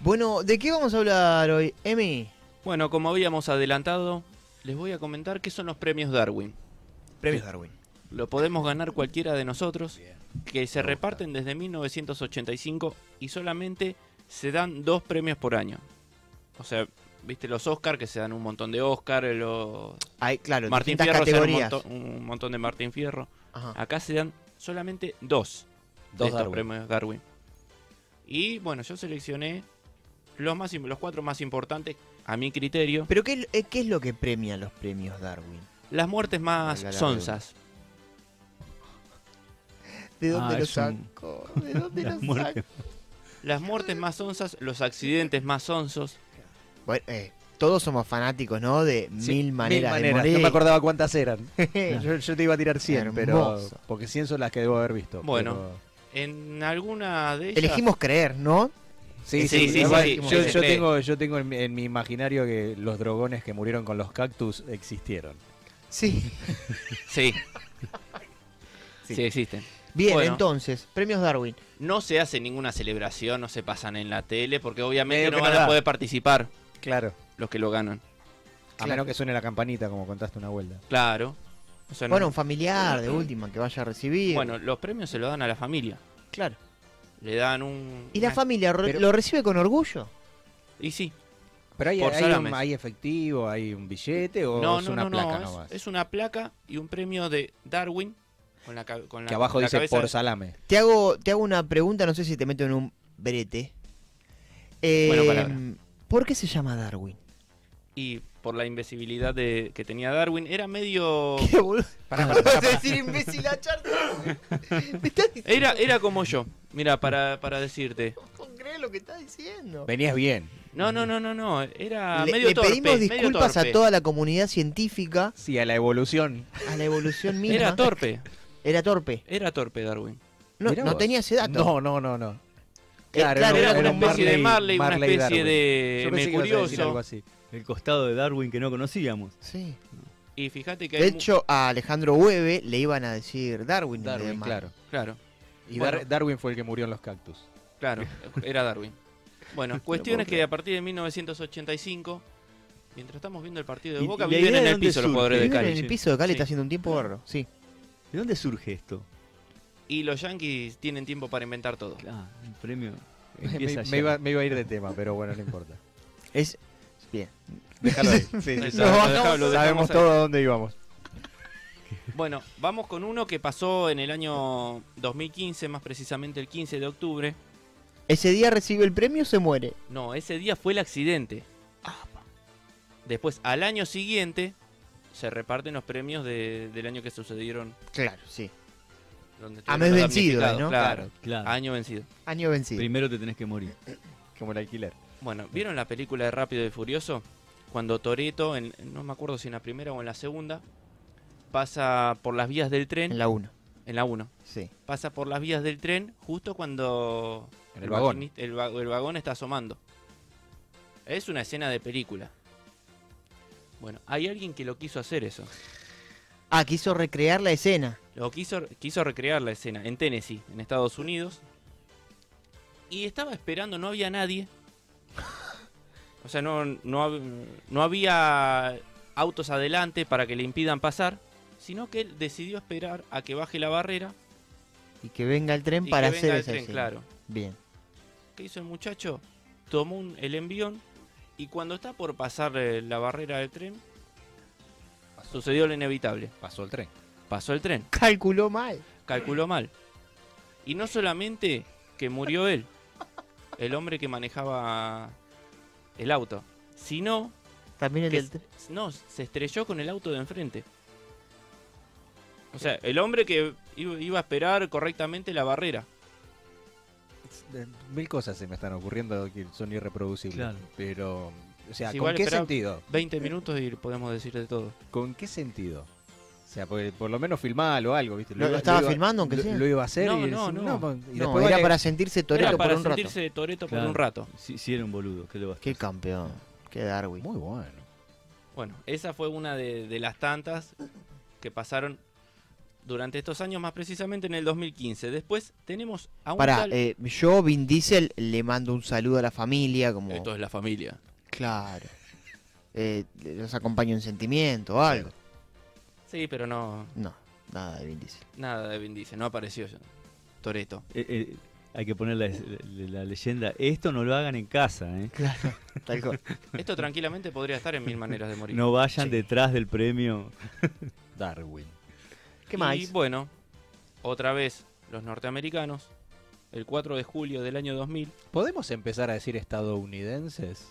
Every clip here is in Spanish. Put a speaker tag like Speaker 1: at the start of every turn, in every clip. Speaker 1: Bueno, ¿de qué vamos a hablar hoy, Emi?
Speaker 2: Bueno, como habíamos adelantado, les voy a comentar qué son los premios Darwin.
Speaker 1: Premios Darwin.
Speaker 2: Lo podemos ganar cualquiera de nosotros, que se reparten desde 1985 y solamente se dan dos premios por año. O sea, viste los Oscar, que se dan un montón de Oscar, los
Speaker 1: Hay, claro,
Speaker 2: Martín
Speaker 1: distintas
Speaker 2: Fierro se dan un
Speaker 1: categorías.
Speaker 2: monto- un, montón de Martín Fierro.
Speaker 1: Ajá.
Speaker 2: Acá se dan solamente dos, de
Speaker 3: Dos
Speaker 2: estos
Speaker 3: Darwin.
Speaker 2: premios Darwin. Y bueno, yo seleccioné los, más, im- los cuatro más importantes a mi criterio.
Speaker 1: Pero ¿qué, eh, ¿qué es lo que premian los premios Darwin?
Speaker 2: Las muertes más
Speaker 1: Valga la
Speaker 2: sonzas.
Speaker 1: ¿De
Speaker 3: Ah,
Speaker 1: dónde lo
Speaker 3: es un-
Speaker 1: saco? ¿De dónde
Speaker 3: La
Speaker 1: lo
Speaker 3: muerte.
Speaker 1: saco?
Speaker 2: Las muertes más sonzas, los accidentes más sonsos.
Speaker 1: Bueno, eh, todos somos fanáticos, ¿no? De
Speaker 3: Sí,
Speaker 1: mil maneras
Speaker 3: mil
Speaker 1: de
Speaker 3: No me
Speaker 1: morir.
Speaker 3: acordaba cuántas eran.
Speaker 1: Yo-
Speaker 3: Yo, yo te iba a tirar 100,
Speaker 1: Hermoso.
Speaker 3: pero. Porque 100 son las que debo haber visto.
Speaker 2: Bueno.
Speaker 3: pero-
Speaker 2: En alguna de ellas.
Speaker 1: Elegimos creer, ¿no?
Speaker 3: Sí,
Speaker 2: Sí,
Speaker 3: sí,
Speaker 2: sí,
Speaker 3: igual,
Speaker 2: sí,
Speaker 3: yo,
Speaker 2: sí,
Speaker 3: yo
Speaker 2: sí.
Speaker 3: tengo, yo tengo en, mi- en mi imaginario que los drogones que murieron con los cactus existieron.
Speaker 1: Sí.
Speaker 2: Sí.
Speaker 1: Sí.
Speaker 2: sí. existen.
Speaker 1: Bien,
Speaker 2: Bueno.
Speaker 1: entonces, premios Darwin.
Speaker 2: No se hace ninguna celebración, no se pasan en la tele, porque obviamente
Speaker 3: Medio
Speaker 2: no
Speaker 3: que
Speaker 2: van
Speaker 3: no
Speaker 2: a
Speaker 3: da.
Speaker 2: poder participar
Speaker 3: Claro.
Speaker 2: los que lo ganan.
Speaker 3: A
Speaker 1: Claro.
Speaker 3: menos que suene la campanita, como contaste una vuelta.
Speaker 2: Claro. O sea, no-
Speaker 1: Bueno, un familiar de última que vaya a recibir.
Speaker 2: bueno, los premios se lo dan a la familia.
Speaker 1: claro.
Speaker 2: Le dan un.
Speaker 1: ¿Y la
Speaker 2: una-
Speaker 1: familia re-
Speaker 3: pero-
Speaker 1: lo recibe con orgullo?
Speaker 2: Y sí.
Speaker 3: Pero hay,
Speaker 2: Por
Speaker 3: hay
Speaker 2: salames.
Speaker 3: un- hay efectivo, hay un billete o
Speaker 2: No,
Speaker 3: es
Speaker 2: no,
Speaker 3: una
Speaker 2: no, no.
Speaker 3: placa nomás.
Speaker 2: Es, es una placa y un premio de Darwin. Con la, ca- con la-
Speaker 3: que abajo
Speaker 2: la
Speaker 3: dice
Speaker 2: cabeza-
Speaker 3: por salame.
Speaker 1: Te hago, te hago una pregunta, no sé si te meto en un brete. Eh,
Speaker 2: Buena palabra.
Speaker 1: ¿Por qué se llama Darwin?
Speaker 2: Y por la invisibilidad de, que tenía Darwin. Era medio.
Speaker 1: ¿Qué boludo?
Speaker 3: Pará,
Speaker 1: No
Speaker 3: pará,
Speaker 1: vas
Speaker 3: pará,
Speaker 1: a
Speaker 3: pará.
Speaker 1: decir imbécil a Charles? ¿Me estás diciendo?
Speaker 2: Era, era como yo. Mira, para, para decirte.
Speaker 1: No crees lo que estás diciendo.
Speaker 3: Venías bien.
Speaker 2: No, no, no, no, no. Era
Speaker 1: Le,
Speaker 2: ah, medio
Speaker 1: le
Speaker 2: torpe.
Speaker 1: pedimos
Speaker 2: medio
Speaker 1: disculpas
Speaker 2: torpe.
Speaker 1: a toda la comunidad científica,
Speaker 3: Sí, a la evolución.
Speaker 1: a la evolución misma.
Speaker 2: Era torpe.
Speaker 1: Era torpe.
Speaker 2: Era torpe Darwin.
Speaker 1: No,
Speaker 3: Mirá
Speaker 1: no
Speaker 3: vos.
Speaker 1: tenía ese dato. Eh,
Speaker 3: No, no, no, no.
Speaker 1: claro,
Speaker 2: Claro,
Speaker 1: era
Speaker 2: era una
Speaker 1: un
Speaker 2: especie de Marley,
Speaker 3: Marley
Speaker 2: una especie
Speaker 3: Darwin.
Speaker 2: de
Speaker 3: Yo pensé que ibas a decir algo
Speaker 2: Mercurioso.
Speaker 3: así.
Speaker 4: El costado de Darwin que no conocíamos.
Speaker 1: Sí.
Speaker 2: Y fíjate que hay
Speaker 1: De
Speaker 2: mu-
Speaker 1: hecho, a Alejandro Hueve le iban a decir Darwin. en vez de
Speaker 3: Darwin,
Speaker 1: Mar-
Speaker 3: claro.
Speaker 2: Claro,
Speaker 3: Y
Speaker 2: Bueno.
Speaker 3: Dar- Darwin fue el que murió en los cactus.
Speaker 2: claro, era Darwin. Bueno, cuestión es que a partir de 1985, mientras estamos viendo el partido de
Speaker 4: ¿Y-
Speaker 2: Boca,
Speaker 4: y la
Speaker 2: viven
Speaker 4: idea
Speaker 2: en
Speaker 4: de
Speaker 2: el
Speaker 4: dónde
Speaker 2: piso los
Speaker 4: surge?
Speaker 2: jugadores de
Speaker 1: Viven
Speaker 2: Cali.
Speaker 1: en el
Speaker 4: sí.
Speaker 1: piso de Cali,
Speaker 2: Sí.
Speaker 1: está haciendo un tiempo barro. Sí.
Speaker 4: ¿De dónde surge esto?
Speaker 2: Y los Yankees tienen tiempo para inventar todo.
Speaker 4: Ah, un premio.
Speaker 3: Me,
Speaker 4: Empieza
Speaker 3: me
Speaker 4: ya.
Speaker 3: iba, me iba a ir de tema, pero bueno, no importa.
Speaker 1: Es. Bien.
Speaker 3: Déjalo ahí. Sí, sí,
Speaker 2: Ahí
Speaker 3: sí.
Speaker 2: está,
Speaker 1: Lo
Speaker 2: lo
Speaker 1: bajamos,
Speaker 2: dejamos- lo
Speaker 3: Sabemos
Speaker 2: dejamos ahí.
Speaker 3: todo a dónde íbamos.
Speaker 2: Bueno, vamos con uno que pasó en el año 2015, más precisamente el 15 de octubre.
Speaker 1: Ese día recibe el premio, se muere.
Speaker 2: No, ese día fue el accidente. Después, al año siguiente, se reparten los premios de- del año que sucedieron.
Speaker 1: Claro, sí.
Speaker 2: donde estuvieron
Speaker 1: A Ah, mes
Speaker 2: los
Speaker 1: vencido,
Speaker 2: damnificados,
Speaker 1: ¿no?
Speaker 2: Claro,
Speaker 4: Claro.
Speaker 2: año vencido.
Speaker 1: Año vencido.
Speaker 4: Primero te tenés que morir.
Speaker 3: Como el alquiler.
Speaker 2: Bueno, ¿vieron la película de Rápido y Furioso? Cuando Toreto, en, no me acuerdo si en la primera o en la segunda, pasa por las vías del tren,
Speaker 1: En la 1.
Speaker 2: en la 1,
Speaker 1: Sí.
Speaker 2: pasa por las vías del tren justo cuando
Speaker 3: En el vagón.
Speaker 2: maquinista- el va- el vagón está asomando. Es una escena de película. Bueno, hay alguien que lo quiso hacer eso.
Speaker 1: Ah, quiso recrear la escena.
Speaker 2: Lo quiso, quiso recrear la escena en Tennessee, en Estados Unidos. Y estaba esperando, no había nadie. O sea, no, no, hab- no había autos adelante para que le impidan pasar. Sino que él decidió esperar a que baje la barrera.
Speaker 1: Y que venga el tren
Speaker 2: Y
Speaker 1: para
Speaker 2: que
Speaker 1: hacer
Speaker 2: venga el
Speaker 1: esa
Speaker 2: tren,
Speaker 1: escena.
Speaker 2: claro.
Speaker 1: Bien.
Speaker 2: ¿Qué hizo el muchacho? Tomó un- el envión. Y cuando está por pasar eh, la barrera del tren, sucedió lo inevitable.
Speaker 3: Pasó el tren.
Speaker 2: Pasó el tren.
Speaker 1: Calculó mal.
Speaker 2: calculó mal. Y no solamente que murió él, el hombre que manejaba el auto, sino
Speaker 1: También el
Speaker 2: que
Speaker 1: del
Speaker 2: s-
Speaker 1: tren.
Speaker 2: no, se estrelló con el auto de enfrente. O sea, el hombre que iba iba a esperar correctamente la barrera.
Speaker 3: Mil cosas se me están ocurriendo que son irreproducibles.
Speaker 4: Claro.
Speaker 3: Pero, o sea,
Speaker 2: Sí,
Speaker 3: ¿con
Speaker 2: igual
Speaker 3: qué
Speaker 2: espera-
Speaker 3: sentido?
Speaker 2: 20 minutos y podemos decir de todo.
Speaker 3: ¿Con qué sentido? O sea, por, por lo menos filmalo o algo, ¿viste?
Speaker 1: Lo- lo
Speaker 3: iba-
Speaker 1: estaba
Speaker 3: iba-
Speaker 1: filmando, aunque
Speaker 3: lo-
Speaker 1: sea.
Speaker 3: Lo iba a hacer
Speaker 2: No,
Speaker 3: y
Speaker 2: no,
Speaker 3: decir,
Speaker 2: no.
Speaker 3: pa- y
Speaker 1: No,
Speaker 3: después
Speaker 1: era
Speaker 3: vale-
Speaker 1: para sentirse
Speaker 2: Era
Speaker 1: torero
Speaker 2: para
Speaker 1: por un
Speaker 2: sentirse de Toreto
Speaker 4: Claro.
Speaker 2: por un rato.
Speaker 4: Si, si era un boludo, ¿qué le va a
Speaker 1: rato.
Speaker 4: hacer?
Speaker 1: Qué campeón. Qué Darwin.
Speaker 3: Muy bueno.
Speaker 2: Bueno, esa fue una de, de las tantas que pasaron durante estos años, más precisamente en el 2015. Después tenemos a un
Speaker 1: Pará,
Speaker 2: tal-
Speaker 1: eh, yo, Vin Diesel, le mando un saludo a la familia, como...
Speaker 2: Esto Eh, es la familia.
Speaker 1: Claro. Eh, los acompaño en sentimiento o algo.
Speaker 2: Sí, pero no,
Speaker 1: No, nada de Vin Diesel.
Speaker 2: nada de Vin Diesel, no apareció Toreto.
Speaker 4: Eh, eh, hay que poner la, la- la leyenda. Esto no lo hagan en casa, ¿eh?
Speaker 1: Claro, tal cual.
Speaker 2: Esto tranquilamente podría estar en Mil Maneras de Morir.
Speaker 4: No vayan
Speaker 1: Sí.
Speaker 4: detrás del premio.
Speaker 3: Darwin.
Speaker 1: ¿Qué
Speaker 2: Y
Speaker 1: más?
Speaker 2: bueno, otra vez los norteamericanos, el 4 de julio del año 2000.
Speaker 3: ¿Podemos empezar a decir estadounidenses?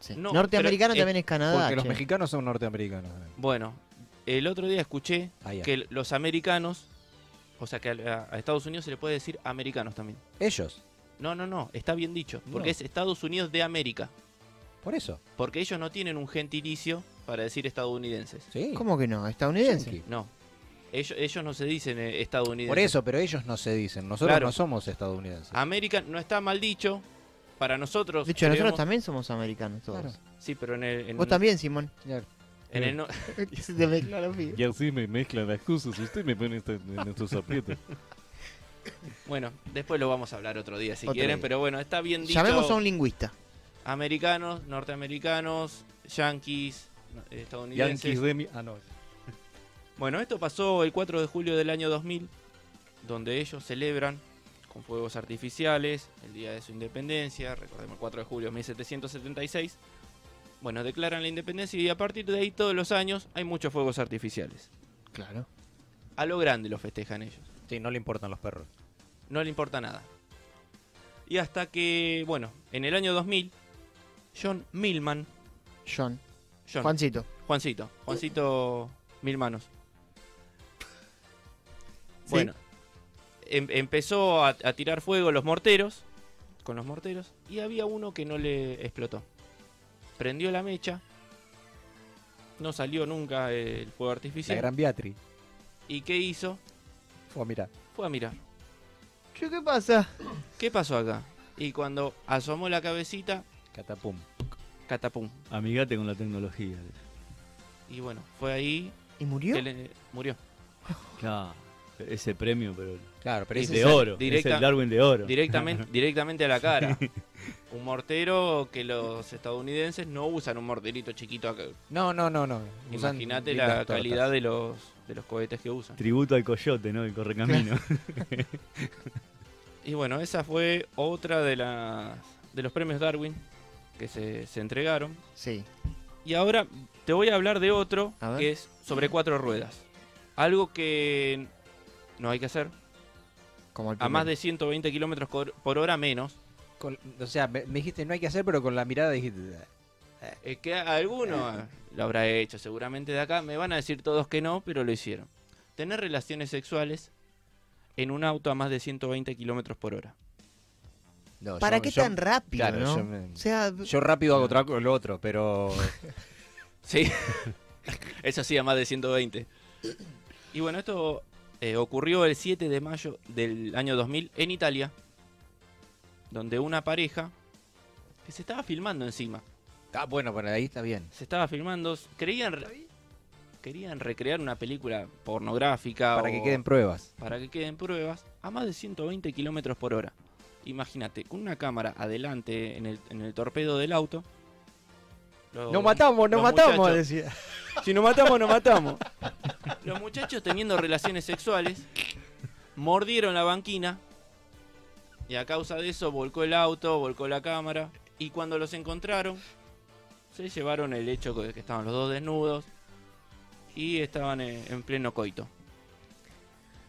Speaker 1: Sí.
Speaker 2: no,
Speaker 1: Norteamericano
Speaker 2: pero, eh,
Speaker 1: también es Canadá.
Speaker 3: Porque los
Speaker 1: Ah, che.
Speaker 3: mexicanos son norteamericanos.
Speaker 2: Bueno, el otro día escuché
Speaker 3: Ahí, ahí.
Speaker 2: que los americanos, o sea que a, a Estados Unidos se le puede decir americanos también.
Speaker 3: Ellos,
Speaker 2: No, no, no, está bien dicho, porque
Speaker 3: No.
Speaker 2: es Estados Unidos de América.
Speaker 3: por eso.
Speaker 2: Porque ellos no tienen un gentilicio para decir estadounidenses.
Speaker 3: Sí.
Speaker 1: ¿Cómo que no? ¿Estadounidense?
Speaker 3: Yankee.
Speaker 2: No. Ellos, ellos no se dicen eh, estadounidenses.
Speaker 3: Por eso, pero ellos no se dicen. Nosotros
Speaker 2: Claro. Ah,
Speaker 3: no somos estadounidenses.
Speaker 2: América no está mal dicho. Para nosotros.
Speaker 1: De hecho, nosotros
Speaker 2: creemos-
Speaker 1: también somos americanos todos.
Speaker 3: Claro.
Speaker 2: Sí, pero en el. en-
Speaker 1: Vos también, Simón. Este
Speaker 3: Claro.
Speaker 2: en el no-
Speaker 1: Se te mezcla la piba.
Speaker 5: Y así me mezclan las cosas. Usted me pone esta- en estos aprietos.
Speaker 2: Bueno, después lo vamos a hablar otro día si
Speaker 1: Otro
Speaker 2: quieren,
Speaker 1: día.
Speaker 2: pero bueno, está bien dicho.
Speaker 1: Llamemos a un lingüista.
Speaker 2: Americanos, norteamericanos, yanquis, eh, estadounidenses.
Speaker 3: Yankees de mi- Ah, no.
Speaker 2: Bueno, esto pasó el 4 de julio del año 2000, donde ellos celebran con fuegos artificiales el día de su independencia, recordemos el 4 de julio de 1776. Bueno, declaran la independencia y a partir de ahí todos los años hay muchos fuegos artificiales.
Speaker 1: Claro.
Speaker 2: A lo grande los festejan ellos.
Speaker 3: Sí, no le importan los perros.
Speaker 2: no le importa nada. Y hasta que, bueno, en el año 2000, John Milman,
Speaker 1: John.
Speaker 2: John,
Speaker 1: Juancito.
Speaker 2: Juancito, Juancito Milmanos.
Speaker 1: Sí.
Speaker 2: Bueno, em- empezó a, a tirar fuego los morteros, con los morteros, y había uno que no le explotó. Prendió la mecha, no salió nunca el fuego
Speaker 3: La
Speaker 2: artificial.
Speaker 3: gran Beatriz.
Speaker 2: ¿Y qué hizo?
Speaker 3: Oh, mira.
Speaker 2: Fue a mirar.
Speaker 1: Che, ¿qué pasa?
Speaker 2: ¿Qué pasó acá? Y cuando asomó la cabecita,
Speaker 3: Catapum.
Speaker 2: catapum.
Speaker 4: Amigate con la tecnología.
Speaker 2: Y bueno, fue ahí
Speaker 1: ¿Y murió?
Speaker 2: que le- murió.
Speaker 4: Claro. Ese premio, pero.
Speaker 3: Claro, pero
Speaker 4: Es
Speaker 3: ese
Speaker 4: de
Speaker 3: es-
Speaker 4: oro.
Speaker 2: directa-
Speaker 4: es el Darwin de oro.
Speaker 2: Directamente, directamente a la cara. Un mortero que los estadounidenses no usan un morterito chiquito. acá.
Speaker 3: No, no, no, no. Usan
Speaker 2: Imagínate
Speaker 3: lindas
Speaker 2: la
Speaker 3: tortas.
Speaker 2: calidad de los, de los cohetes que usan.
Speaker 4: Tributo al coyote, ¿no? El correcamino.
Speaker 2: Y bueno, esa fue otra de las de los premios Darwin que se, se entregaron.
Speaker 1: Sí.
Speaker 2: Y ahora te voy a hablar de otro
Speaker 1: A ver.
Speaker 2: que es sobre cuatro ruedas. Algo que no hay que hacer.
Speaker 1: Como el
Speaker 2: A más
Speaker 1: primero.
Speaker 2: de 120 kilómetros cor- por hora menos.
Speaker 3: Con- o sea, me, me dijiste no hay que hacer, pero con la mirada dijiste. "Ah".
Speaker 2: Eh, Es que
Speaker 3: Eh.
Speaker 2: alguno lo habrá hecho, seguramente de acá. Me van a decir todos que no, pero lo hicieron. Tener relaciones sexuales en un auto a más de 120 kilómetros por hora.
Speaker 3: No,
Speaker 1: ¿Para
Speaker 3: yo-
Speaker 1: qué
Speaker 3: yo-
Speaker 1: tan rápido,
Speaker 3: claro,
Speaker 1: no?
Speaker 3: yo me-
Speaker 1: O sea,
Speaker 3: Yo rápido hago otra, el otro, pero.
Speaker 2: Sí, eso sí, a más de 120. Y bueno, esto eh, ocurrió el 7 de mayo del año 2000 en Italia, donde una pareja que se estaba filmando encima.
Speaker 3: Ah, bueno, bueno, ahí está bien.
Speaker 2: Se estaba filmando, creían, re- querían recrear una película pornográfica.
Speaker 3: Para
Speaker 2: o-
Speaker 3: que queden pruebas.
Speaker 2: para que queden pruebas a más de 120 kilómetros por hora. Imagínate, con una cámara adelante en el, en el torpedo del auto. los-
Speaker 3: Nos matamos, nos
Speaker 2: Oh. los
Speaker 3: matamos,
Speaker 2: muchachos-
Speaker 3: decía. Si nos matamos, nos matamos.
Speaker 2: los muchachos teniendo relaciones sexuales mordieron la banquina y a causa de eso volcó el auto, volcó la cámara y cuando los encontraron se llevaron el hecho de que estaban los dos desnudos y estaban eh, en pleno coito.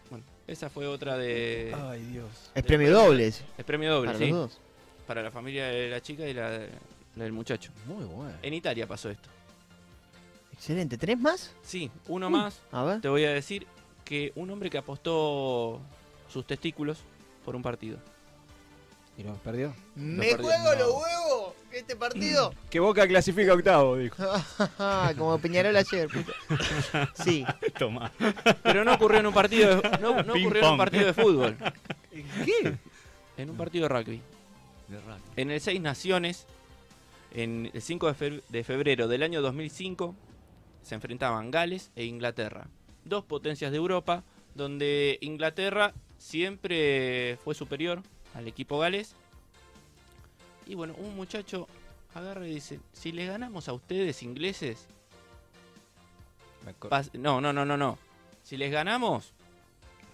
Speaker 2: Bueno, esa fue otra de
Speaker 4: Ay, Dios.
Speaker 1: es premio dobles.
Speaker 2: el premio doble,
Speaker 1: Para
Speaker 2: sí,
Speaker 1: los dos.
Speaker 2: para la familia de la chica y la, de- la del muchacho.
Speaker 3: Muy bueno.
Speaker 2: En Italia pasó esto.
Speaker 1: Excelente. ¿Tenés más?
Speaker 2: Sí,
Speaker 4: Mm.
Speaker 2: uno más.
Speaker 1: A ver.
Speaker 2: Te voy a decir que un hombre que apostó sus testículos por un partido.
Speaker 3: Y nos perdió.
Speaker 1: ¡Me
Speaker 2: perdí- juego no. los
Speaker 1: huevos! ¿Este partido?
Speaker 3: Que Boca clasifica octavo, dijo.
Speaker 1: Como Peñarol ayer. puta. Sí.
Speaker 4: Toma.
Speaker 2: Pero no ocurrió en un partido de, no, no
Speaker 4: Ping
Speaker 2: ocurrió en un
Speaker 4: pong.
Speaker 2: partido de fútbol,
Speaker 3: ¿Qué?
Speaker 2: en un partido de rugby. En el Seis Naciones, en el 5 de, fe- de febrero del año 2005, se enfrentaban Gales e Inglaterra. dos potencias de Europa, donde Inglaterra siempre fue superior al equipo galés. Y bueno, un muchacho agarra y dice, si le ganamos a ustedes ingleses,
Speaker 3: Me co-
Speaker 2: pas- no, no, no, no, no. Si les ganamos,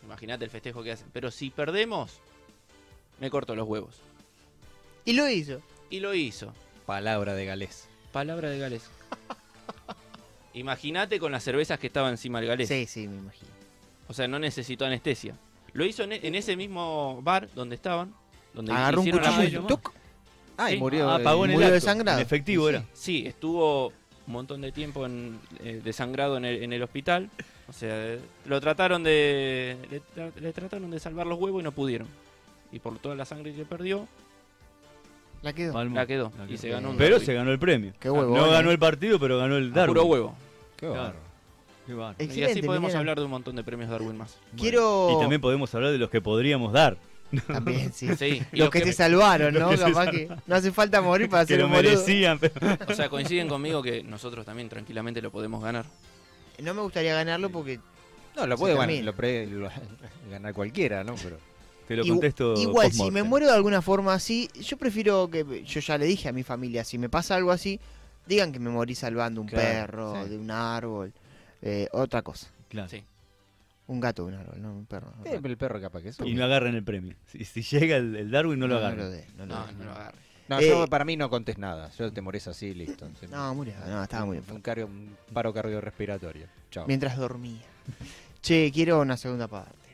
Speaker 2: imagínate el festejo que hacen, pero si perdemos, me corto los huevos.
Speaker 1: Y lo hizo.
Speaker 2: Y lo hizo.
Speaker 3: Palabra de galés.
Speaker 2: Palabra de Gales. Imagínate con las cervezas que estaba encima del galés.
Speaker 1: Sí, sí, me imagino.
Speaker 2: O sea, no necesitó anestesia. Lo hizo en, e- en ese mismo bar donde estaban. Donde
Speaker 1: Agarró un
Speaker 2: hicieron la
Speaker 1: cuchillo y
Speaker 2: mayor-
Speaker 1: toc.
Speaker 3: Ah,
Speaker 2: Sí.
Speaker 3: y murió.
Speaker 4: Ah, apagó
Speaker 3: eh,
Speaker 4: en el
Speaker 1: murió
Speaker 4: acto.
Speaker 1: desangrado.
Speaker 4: En efectivo era.
Speaker 2: Sí, estuvo un montón de tiempo en, eh, desangrado en el, en el hospital. O sea, lo trataron de. Le, tra- le trataron de salvar los huevos y no pudieron. Y por toda la sangre que perdió,
Speaker 1: La quedó.
Speaker 4: Palmo.
Speaker 2: la quedó.
Speaker 4: La
Speaker 2: Y se
Speaker 4: quedó.
Speaker 2: ganó un
Speaker 4: Pero
Speaker 2: derby.
Speaker 4: se ganó el premio.
Speaker 1: Qué huevo.
Speaker 4: Ah, No ganó el partido, pero ganó el
Speaker 2: A
Speaker 4: Darwin.
Speaker 2: puro huevo.
Speaker 3: Qué
Speaker 4: Claro.
Speaker 3: bárbaro.
Speaker 4: Qué bárbaro.
Speaker 2: Y así podemos
Speaker 1: Miguel.
Speaker 2: hablar de un montón de premios Darwin más.
Speaker 1: Quiero.
Speaker 4: Y también podemos hablar de los que podríamos dar.
Speaker 1: También, sí.
Speaker 2: Sí, y
Speaker 1: Los que te salvaron, ¿no?
Speaker 4: los que se
Speaker 1: Capaz que no hace falta morir para
Speaker 4: Que
Speaker 1: ser
Speaker 4: lo
Speaker 1: un boludo.
Speaker 4: merecían. pero-
Speaker 2: O sea, coinciden conmigo que nosotros también tranquilamente lo podemos ganar.
Speaker 1: No me gustaría ganarlo porque
Speaker 3: No, lo
Speaker 1: Se
Speaker 3: puede gan-
Speaker 1: termina.
Speaker 3: lo pre- lo- ganar cualquiera, ¿no? Pero
Speaker 4: Te lo
Speaker 1: Igu-
Speaker 4: contesto.
Speaker 1: Igual, si
Speaker 4: post-mortem.
Speaker 1: me muero de alguna forma así, yo prefiero que. Yo ya le dije a mi familia, si me pasa algo así, digan que me morí salvando un
Speaker 4: Claro,
Speaker 1: perro,
Speaker 3: sí.
Speaker 1: de un árbol, eh, otra cosa.
Speaker 4: Claro.
Speaker 2: Sí.
Speaker 1: Un gato de un árbol, no un perro.
Speaker 3: Eh, pero el perro capaz que es
Speaker 4: Y no agarran el premio. Si, si llega el, el Darwin, no lo agarran.
Speaker 1: de- no,
Speaker 2: No,
Speaker 1: lo de-
Speaker 2: no lo agarre.
Speaker 3: No,
Speaker 1: Eh,
Speaker 3: yo para mí no contés nada. Yo te morís así, listo. Se-
Speaker 1: No, murió, no, estaba muy enfermo.
Speaker 3: un, cario- un paro cardiorrespiratorio. Chao.
Speaker 1: Mientras dormía. Che, quiero una segunda parte.